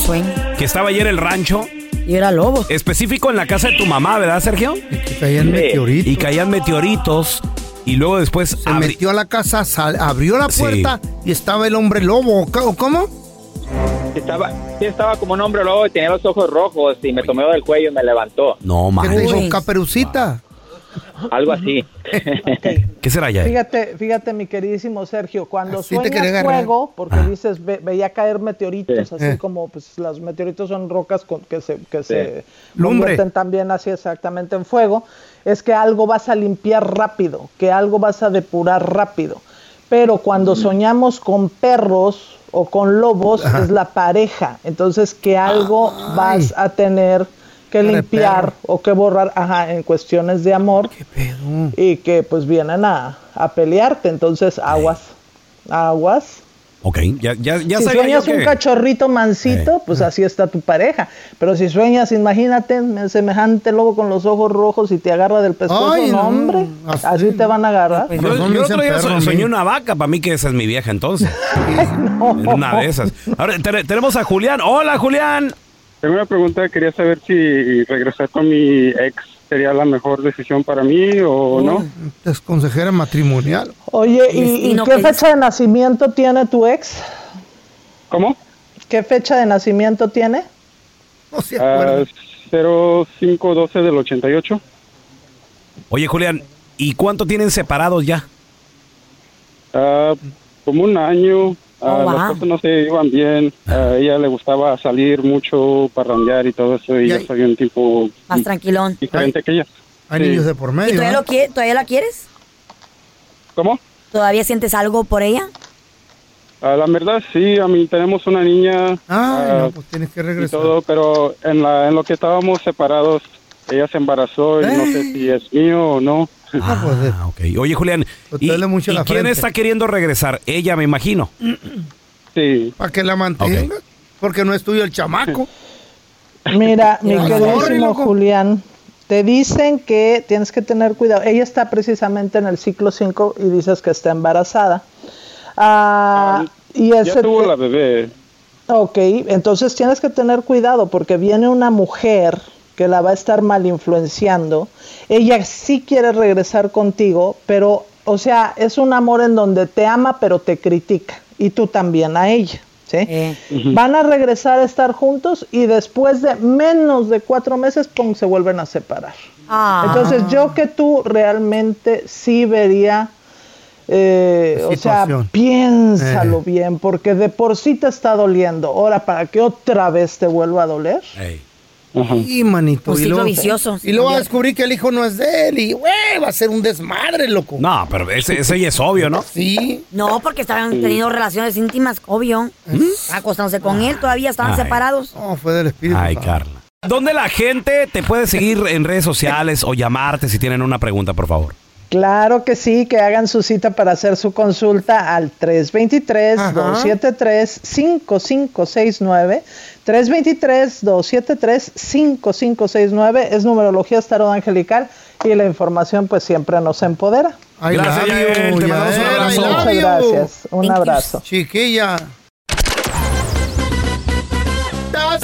que estaba ayer en el rancho. Y era lobo. Específico en la casa de tu mamá, ¿verdad, Sergio? Y caían meteoritos. Y caían meteoritos. Y luego después Se metió a la casa, sal- abrió la puerta y estaba el hombre lobo. ¿o ca- o ¿Cómo? Estaba, sí, estaba como un hombre lobo y tenía los ojos rojos y me tomó del cuello y me levantó. No, ¿Qué te manches. dijo? Caperucita. Algo así. ¿Qué será ya? Fíjate, fíjate, mi queridísimo Sergio, cuando Así te sueñas quería agarrar. fuego, porque dices, ve- veía caer meteoritos, Sí. así Ah. Eh. como pues, los meteoritos son rocas con, que se, que Sí. se Lumbre. convierten también así exactamente en fuego, es que algo vas a limpiar rápido, que algo vas a depurar rápido. Pero Mm. cuando soñamos con perros o con lobos, Ajá. Ah, es la pareja. Entonces, que algo vas a tener que Cara de limpiar perro. o que borrar, ajá, en cuestiones de amor y que pues vienen a, a pelearte, entonces aguas, aguas. Ok, ya, ya, ya si sabía yo sueñas un que- cachorrito mansito, pues así está tu pareja. Pero si sueñas, imagínate, me- semejante lobo con los ojos rojos y te agarra del pescuezo, Ay, no, no, hombre, así, te van a agarrar. Yo, yo el otro día so- soñé una vaca, para mí que esa es mi vieja entonces. En Una de esas. Ahora te- tenemos a Julián. Hola, Julián. Tengo una pregunta, quería saber si regresar con mi ex sería la mejor decisión para mí o no. Es consejera matrimonial. Oye, ¿y, Y- y y no qué que- fecha de nacimiento tiene tu ex? ¿Cómo? ¿Qué fecha de nacimiento tiene? Ah, 0512 del 88. Oye, Julián, ¿y cuánto tienen separados ya? Ah, como un año. ah, Oh, Las wow. cosas no se iban bien. Ah, a ella le gustaba salir mucho, parrandear y todo eso. Y yo soy un tipo Más tranquilón. diferente que ella. Hay Sí. niños de por ¿Y medio. todavía, lo quie- todavía la quieres? ¿Cómo? ¿Todavía sientes algo por ella? Ah, la verdad, sí, a mí tenemos una niña. ah, no, pues tienes que y regresar. todo, pero en, la, en lo que estábamos separados, ella se embarazó y no sé Eh. si es mío o no. Pues, Ah, ok. Oye, Julián, ¿y, eh, mucho y la quién frente. está queriendo regresar? Ella, me imagino. Sí. Para que la mantenga. Porque no es tuyo el chamaco. Mira, mi Ay, sorry, queridísimo loco. Julián, te dicen que tienes que tener cuidado. Ella está precisamente en el ciclo 5 y dices que está embarazada. Ah, y Ya ese tuvo la bebé. Ok, entonces tienes que tener cuidado porque viene una mujer que la va a estar mal influenciando. Ella sí quiere regresar contigo, pero, o sea, es un amor en donde te ama, pero te critica. Y tú también a ella. ¿sí? Ujú. Van a regresar a estar juntos y después de menos de cuatro meses, pum, se vuelven a separar. Ah. Entonces yo que tú realmente sí vería, eh, o sea, Situación. piénsalo bien, porque de por sí te está doliendo. Ahora, ¿para que otra vez te vuelva a doler? Y manito. Un y ciclo luego- vicioso. Y luego va a descubrir que el hijo no es de él. Y, güey, va a ser un desmadre, loco. No, pero ese, ese ya es obvio, ¿no? Sí. No, porque estaban Sí. teniendo relaciones íntimas, obvio. Acostándose con él, todavía estaban Ay. separados. No, fue del espíritu. Ay, Carla. ¿Dónde la gente te puede seguir en redes sociales o llamarte si tienen una pregunta, por favor? Claro que sí, que hagan su cita para hacer su consulta al 323-273-5569. 323-273-5569 es numerología tarot angelical y la información pues siempre nos empodera. Gracias, Yael. Te mandamos un abrazo. Muchas gracias. Un abrazo. Chiquilla. Estás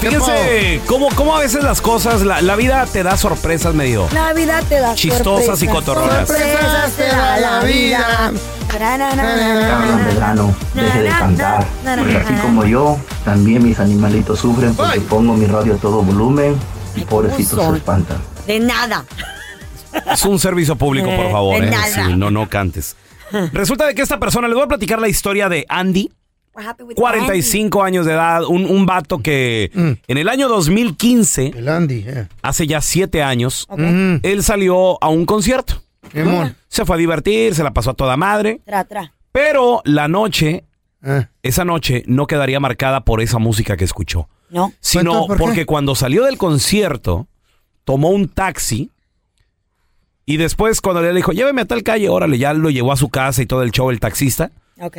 fíjense cómo, cómo a veces las cosas, la, la vida te da sorpresas medio. Navidad te da Chistosas y sorpresas. cotorronas. Sorpresas te da la vida. Na, na, na, na, na. Carlos Medrano, deje de cantar. Porque así como yo, también mis animalitos sufren porque pongo mi radio a todo volumen y pobrecitos se son? espantan. De nada. Es un servicio público, por favor. De ¿eh? nada. Sí, no, no cantes. Resulta de que esta persona, les voy a platicar la historia de Andy. 45 años de edad, un, un vato que en el año 2015, hace ya 7 años, Mm. él salió a un concierto. Se fue a divertir, se la pasó a toda madre, Ah. Tra, tra. pero la noche, esa noche no quedaría marcada por esa música que escuchó, No. sino Pues, Entonces, ¿por qué? porque cuando salió del concierto, tomó un taxi y después cuando le dijo, lléveme a tal calle, órale, ya lo llevó a su casa y todo el show el taxista. Ok.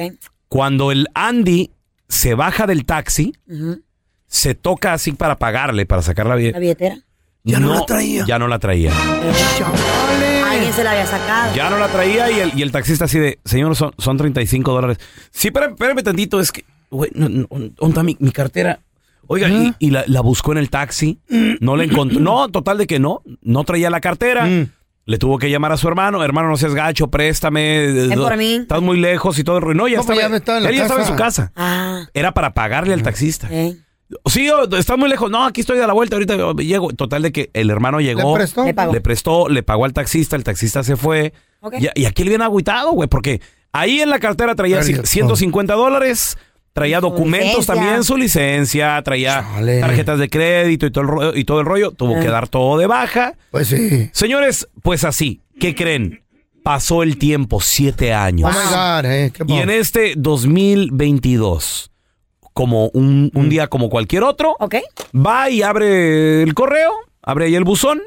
Cuando el Andy se baja del taxi, Ujú. se toca así para pagarle, para sacar la La billetera. billetera. Ya no, la traía. Ya no la traía. Ay, alguien se la había sacado. Ya no la traía y el, y el taxista así de, señor, son, son 35 dólares. Sí, espérame, espérame tantito, es que, güey, no, no, ¿dónde está mi, mi cartera? Oiga, Ah. y, y la, la buscó en el taxi, Mm. no la encontró. No, total de que no, no traía la cartera. Mm. Le tuvo que llamar a su hermano, hermano, no seas gacho, préstame. Ven por mí. Estás muy lejos y todo. el rollo". No, ya, No, pues estaba, ya estaba en la él ya estaba en casa. su casa. Ah. Era para pagarle al taxista. Sí, o- está muy lejos. No, aquí estoy de la vuelta, ahorita llego. Total de que el hermano llegó. ¿Le prestó? Le Le pagó. pagó, le, pagó al taxista, el taxista se fue. Ok. Y, y aquí le viene agüitado, güey, porque ahí en la cartera traía Perdió ci- todo. 150 dólares, traía documentos licencia. también, su licencia, traía Chale. tarjetas de crédito y todo el rollo. Y todo el rollo. Tuvo Eh. que dar todo de baja. Pues sí. Señores, pues así, ¿qué creen? Pasó el tiempo, siete años. Oh my God, eh, qué Y en este 2022, como un, Mm. un día como cualquier otro, va y abre el correo, abre ahí el buzón,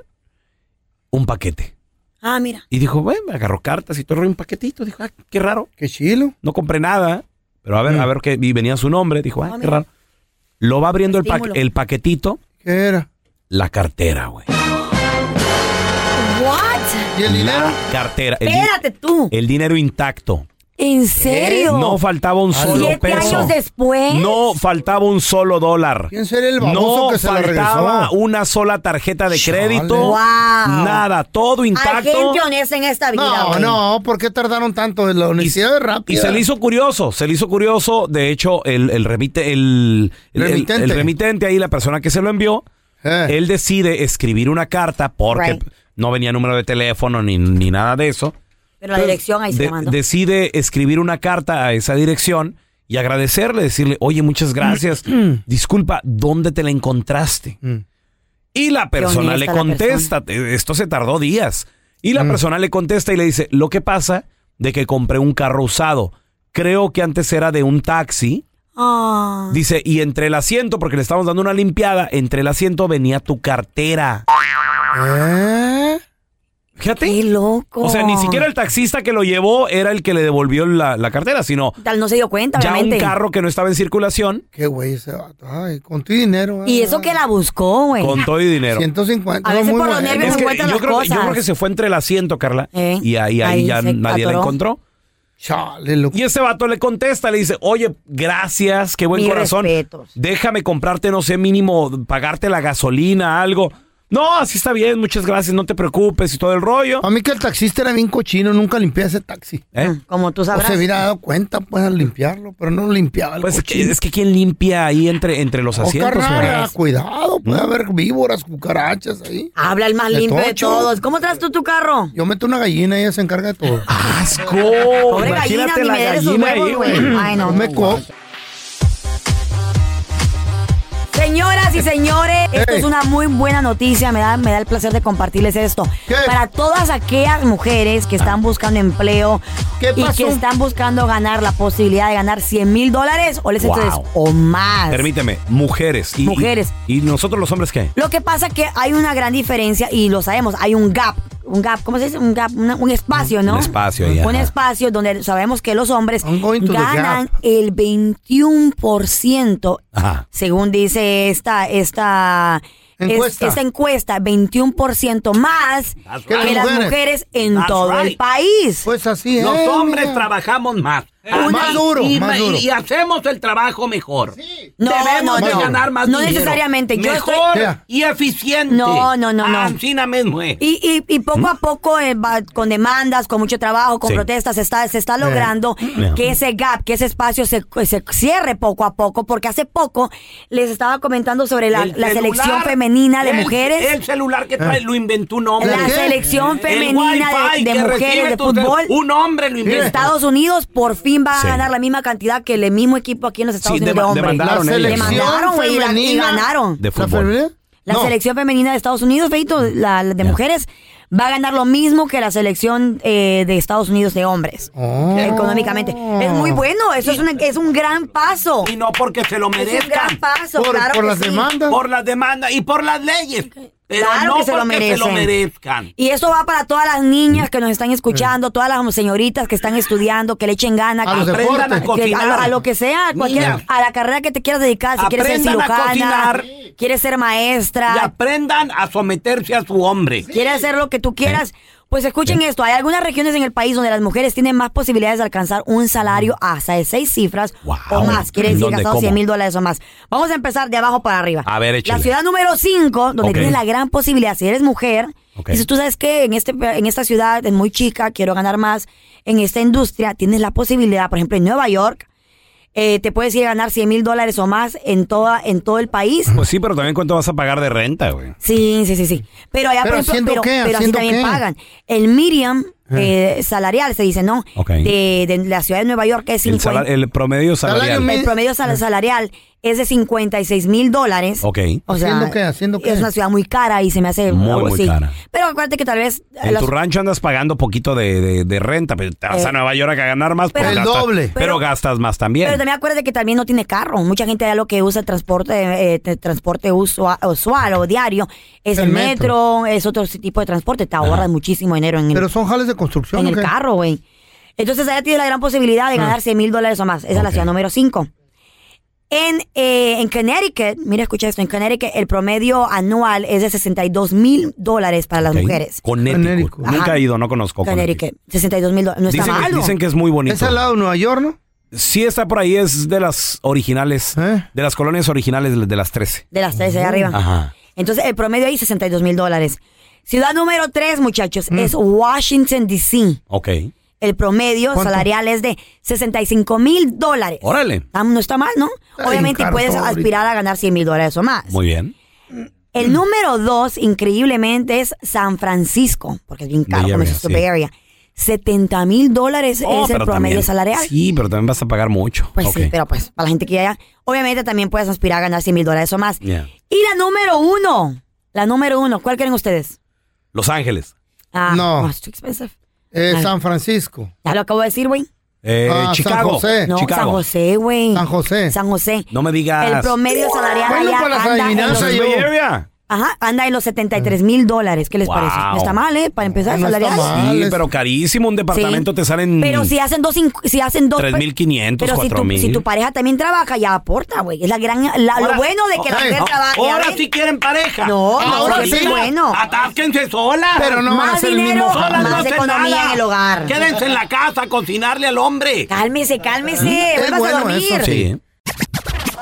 un paquete. Ah, mira. Y dijo, bueno, agarró cartas y todo un paquetito. Dijo, ah, qué raro. Qué chilo. No compré nada, pero Mm. a ver, a ver qué. Y venía su nombre. Dijo, ah, qué raro. Lo va abriendo el, pa- Estímulo. el paquetito. ¿Qué era? La cartera, güey. What? ¿Y el dinero? La cartera. El, di- Espérate tú. el dinero intacto. ¿En serio? No faltaba un solo Ah, Siete peso. años después. No faltaba un solo dólar. ¿Quién sería el baboso No que se la faltaba regresó? una sola tarjeta de crédito. Wow. Nada, todo Hay intacto. gente honesta en esta vida. No, güey. no, ¿por qué tardaron tanto? La honestidad es rápida. Y se le hizo curioso, se le hizo curioso. De hecho, el, el remite, el, el- el- Remitente. Eh. el remitente ahí, la persona que se lo envió, él decide escribir una carta porque Right. no venía número de teléfono ni, ni nada de eso. Pero la dirección ahí se De- la mandó. decide escribir una carta a esa dirección y agradecerle, decirle, oye, muchas gracias. Disculpa, ¿dónde te la encontraste? Mm. Y la persona le honesta la contesta, "Te- esto se tardó días. Y la persona le contesta y le dice, lo que pasa de que compré un carro usado. Creo que antes era de un taxi. Ah. Dice, y entre el asiento, porque le estamos dando una limpiada, entre el asiento venía tu cartera. Fíjate. Qué loco. O sea, ni siquiera el taxista que lo llevó era el que le devolvió la, la cartera, sino Tal no se dio cuenta, ya un obviamente. carro que no estaba en circulación. Qué güey ese vato. Ay, con tu dinero. ah. Y eso que la buscó, güey. Con todo y dinero. 150. A no, veces muy por los bueno. nervios Es se que encuentran yo, las creo, yo cosas. creo que se fue entre el asiento, Carla. Eh, Y ahí, ahí, ahí ya se nadie la atoró. encontró. Y ese vato le contesta, le dice, oye, gracias, qué buen Mis corazón. respetos. Déjame comprarte, no sé, mínimo, pagarte la gasolina, algo. No, así está bien, muchas gracias, no te preocupes y todo el rollo. A mí que el taxista era bien cochino, nunca limpié ese taxi. ¿Eh? Como tú O sabrás. se hubiera dado cuenta, pues, al limpiarlo, pero no lo limpiaba. El Pues es que, cochino. es que quién limpia ahí entre, entre los Oh, asientos. ¿Mm? carnal, ¿verdad? cuidado, puede haber víboras, cucarachas ahí. Habla el más limpio de tocho. todos. ¿Cómo traes tú tu carro? Yo meto una gallina y ella se encarga de todo. ¡Asco! Pobre gallina, ni me des esos huevos, güey. Ay, no. me co- Señoras y señores, esto es una muy buena noticia. Me da, me da el placer de compartirles esto. Para todas aquellas mujeres que están buscando empleo y pasó? que están buscando ganar la posibilidad de ganar 100 mil dólares o les Wow. o más. Permíteme, mujeres. Y, Mujeres. Y, y nosotros los hombres qué? Lo que pasa que hay una gran diferencia y lo sabemos, hay un gap, un gap, ¿cómo se dice? Un gap, una- un espacio, ¿no? Un espacio ahí, Un ajá. espacio donde sabemos que los hombres to the ganan el 21%, Ajá. según dice esta esta es- Encuesta. esta encuesta, 21% más That's que right. las Mujeres. mujeres en That's todo el right. país. Pues así Los hombres trabajamos Eh, más. Más duro, y, más y- duro. y hacemos el trabajo mejor. No, Debemos no, de no. ganar más No dinero. necesariamente. Yo Mejor estoy- y eficiente. Ah, No, no, no, no. Ancina mismo, eh. Y, y- y poco a poco, eh, va- con demandas, con mucho trabajo, con Sí. protestas, se está, se está logrando Eh. que ese gap, que ese espacio se, se cierre poco a poco, porque hace poco les estaba comentando sobre la, El la celular, selección femenina de el- mujeres. El celular que trae Eh. lo inventó un hombre. La ¿Qué? selección El femenina wifi de- de, que recibe mujeres de tu fútbol. cel- Un hombre lo inventó. Estados Unidos por fin va a Sí. ganar la misma cantidad que el mismo equipo aquí en los Estados Sí, Unidos dema- de hombres. demandaron La ellos. selección Demandaron, güey, y la- y femenina ganaron. de fútbol. ¿La femenina? La selección femenina de Estados Unidos, Feito, la, la de mujeres, va a ganar lo mismo que la selección eh, de Estados Unidos de hombres. Oh. Económicamente. Es muy bueno, eso es, una- es un gran paso. Y no porque se lo Es un gran paso, claro que sí. Por las demandas y por las leyes. Pero Claro no que se lo porque se lo merecen. merezcan. Y eso va para todas las niñas que nos están escuchando, todas las señoritas que están estudiando, que le echen ganas, A los que deportes. que- a, lo, a lo que sea, a cualquier- Niñas. a la carrera que te quieras dedicar, si quieres ser Aprendan a cirujana, cocinar. quieres ser maestra, Aprendan a someterse a su hombre. quieres hacer lo que tú quieras. Pues escuchen esto, hay algunas regiones en el país donde las mujeres tienen más posibilidades de alcanzar un salario hasta de seis cifras o más. Quiere decir Mm. ¿Dónde, gastado cómo? 100 mil dólares o más. Vamos a empezar de abajo para arriba. A ver, échale. La ciudad número 5, donde Ok. tienes la gran posibilidad, si eres mujer, dices, tú sabes que en, este, en esta ciudad es muy chica, quiero ganar más, en esta industria tienes la posibilidad, por ejemplo, en Nueva York, eh, te puedes ir a ganar 100 mil dólares o más en, toda, en todo el país. Pues sí, pero también cuánto vas a pagar de renta, güey. Sí, sí, sí, sí. Pero allá, ¿Pero por ejemplo, haciendo pero, qué? pero así ¿Haciendo también qué? pagan. El Miriam eh, salarial, se dice, ¿no? Ok. De, de la ciudad de Nueva York es El, 50. sala- el promedio salarial. El promedio Eh. sal- salarial es de 56 mil dólares. Ok. O sea, ¿Haciendo qué? Es una ciudad muy cara y se me hace... Muy, muy sí. cara. Pero acuérdate que tal vez... eh, En los- tu rancho andas pagando poquito de, de- de renta, pero te vas Eh, a Nueva York a ganar más. pero- pues El gastas- doble. Pero, gastas más también. Pero también acuérdate que también no tiene carro. Mucha gente allá lo que usa el transporte, eh, te- transporte usua- usual o diario es el, El metro. metro. es otro tipo de transporte. Te ahorras muchísimo dinero en el, Pero son jales de construcción. en el ¿o qué? carro, güey. Entonces allá tienes la gran posibilidad Ah. de ganar 100 mil dólares o más. Esa es la ciudad número 5. En, eh, en Connecticut, mira, escucha esto, en Connecticut el promedio anual es de 62 mil dólares para las Ok. mujeres. Connecticut. Nunca Ajá. he ido, no conozco. Connecticut. Connecticut, 62 mil dólares. No está dicen, que- mal. dicen que es muy bonito. Es al lado de Nueva York, ¿no? Sí está por ahí, es de las originales, ¿Eh? de las colonias originales de- de las 13. De las tres allá arriba. Ajá. Entonces, el promedio ahí, 62 mil dólares. Ciudad número 3, muchachos, Mm. es Washington, D.C. Ok. El promedio ¿Cuánto? salarial es de 65 mil dólares. Órale. Ah, No está mal, ¿no? bien Obviamente caro puedes todo ahorita. Mm. aspirar a ganar 100 mil dólares o más. Muy bien. El número 2, increíblemente, es San Francisco, porque es bien caro, Bay como Area, dices tú, sí. Bay Area. 70 mil dólares Oh, es el pero promedio también- salarial. Sí, pero también vas a pagar mucho. Pues Ok. sí, pero pues para la gente que ya, obviamente también puedes aspirar a ganar 100 mil dólares o más. Yeah. Y la número uno, la número uno, ¿cuál creen ustedes? Los Ángeles. Ah, No. it's too expensive. Eh, Ay. San Francisco. Ya lo acabo de decir, güey. Eh, Ah, San Chicago. José. No, Chicago. San José, güey. San José. San José. No me digas. El promedio salarial Bueno, allá para las anda en los, adivinanzas Entonces, Bay Area. Ajá, anda en los 73 mil dólares. ¿Qué les Wow. parece? No está mal, ¿eh? Para empezar, No está salarial. mal, Sí, pero carísimo. Un departamento te salen Pero si hacen dos, cinc- si hacen dos, 3,500, pero si tu, 4,000. si tu pareja también trabaja, ya aporta, güey. Es la gran, la- lo Ahora- bueno de que la Ok. mujer Ah, trabaje. ahora ¿ya ven? sí quieren pareja. No, ahora Ahora sí es sí. bueno. Atásquense solas. Pero no van a Más hacer el dinero, mismo jale. Solas no más hacen economía nada. en el hogar. Quédense en la casa a cocinarle al hombre. Cálmese, cálmese. Mm, Es Vuelvas bueno a dormir. eso, sí.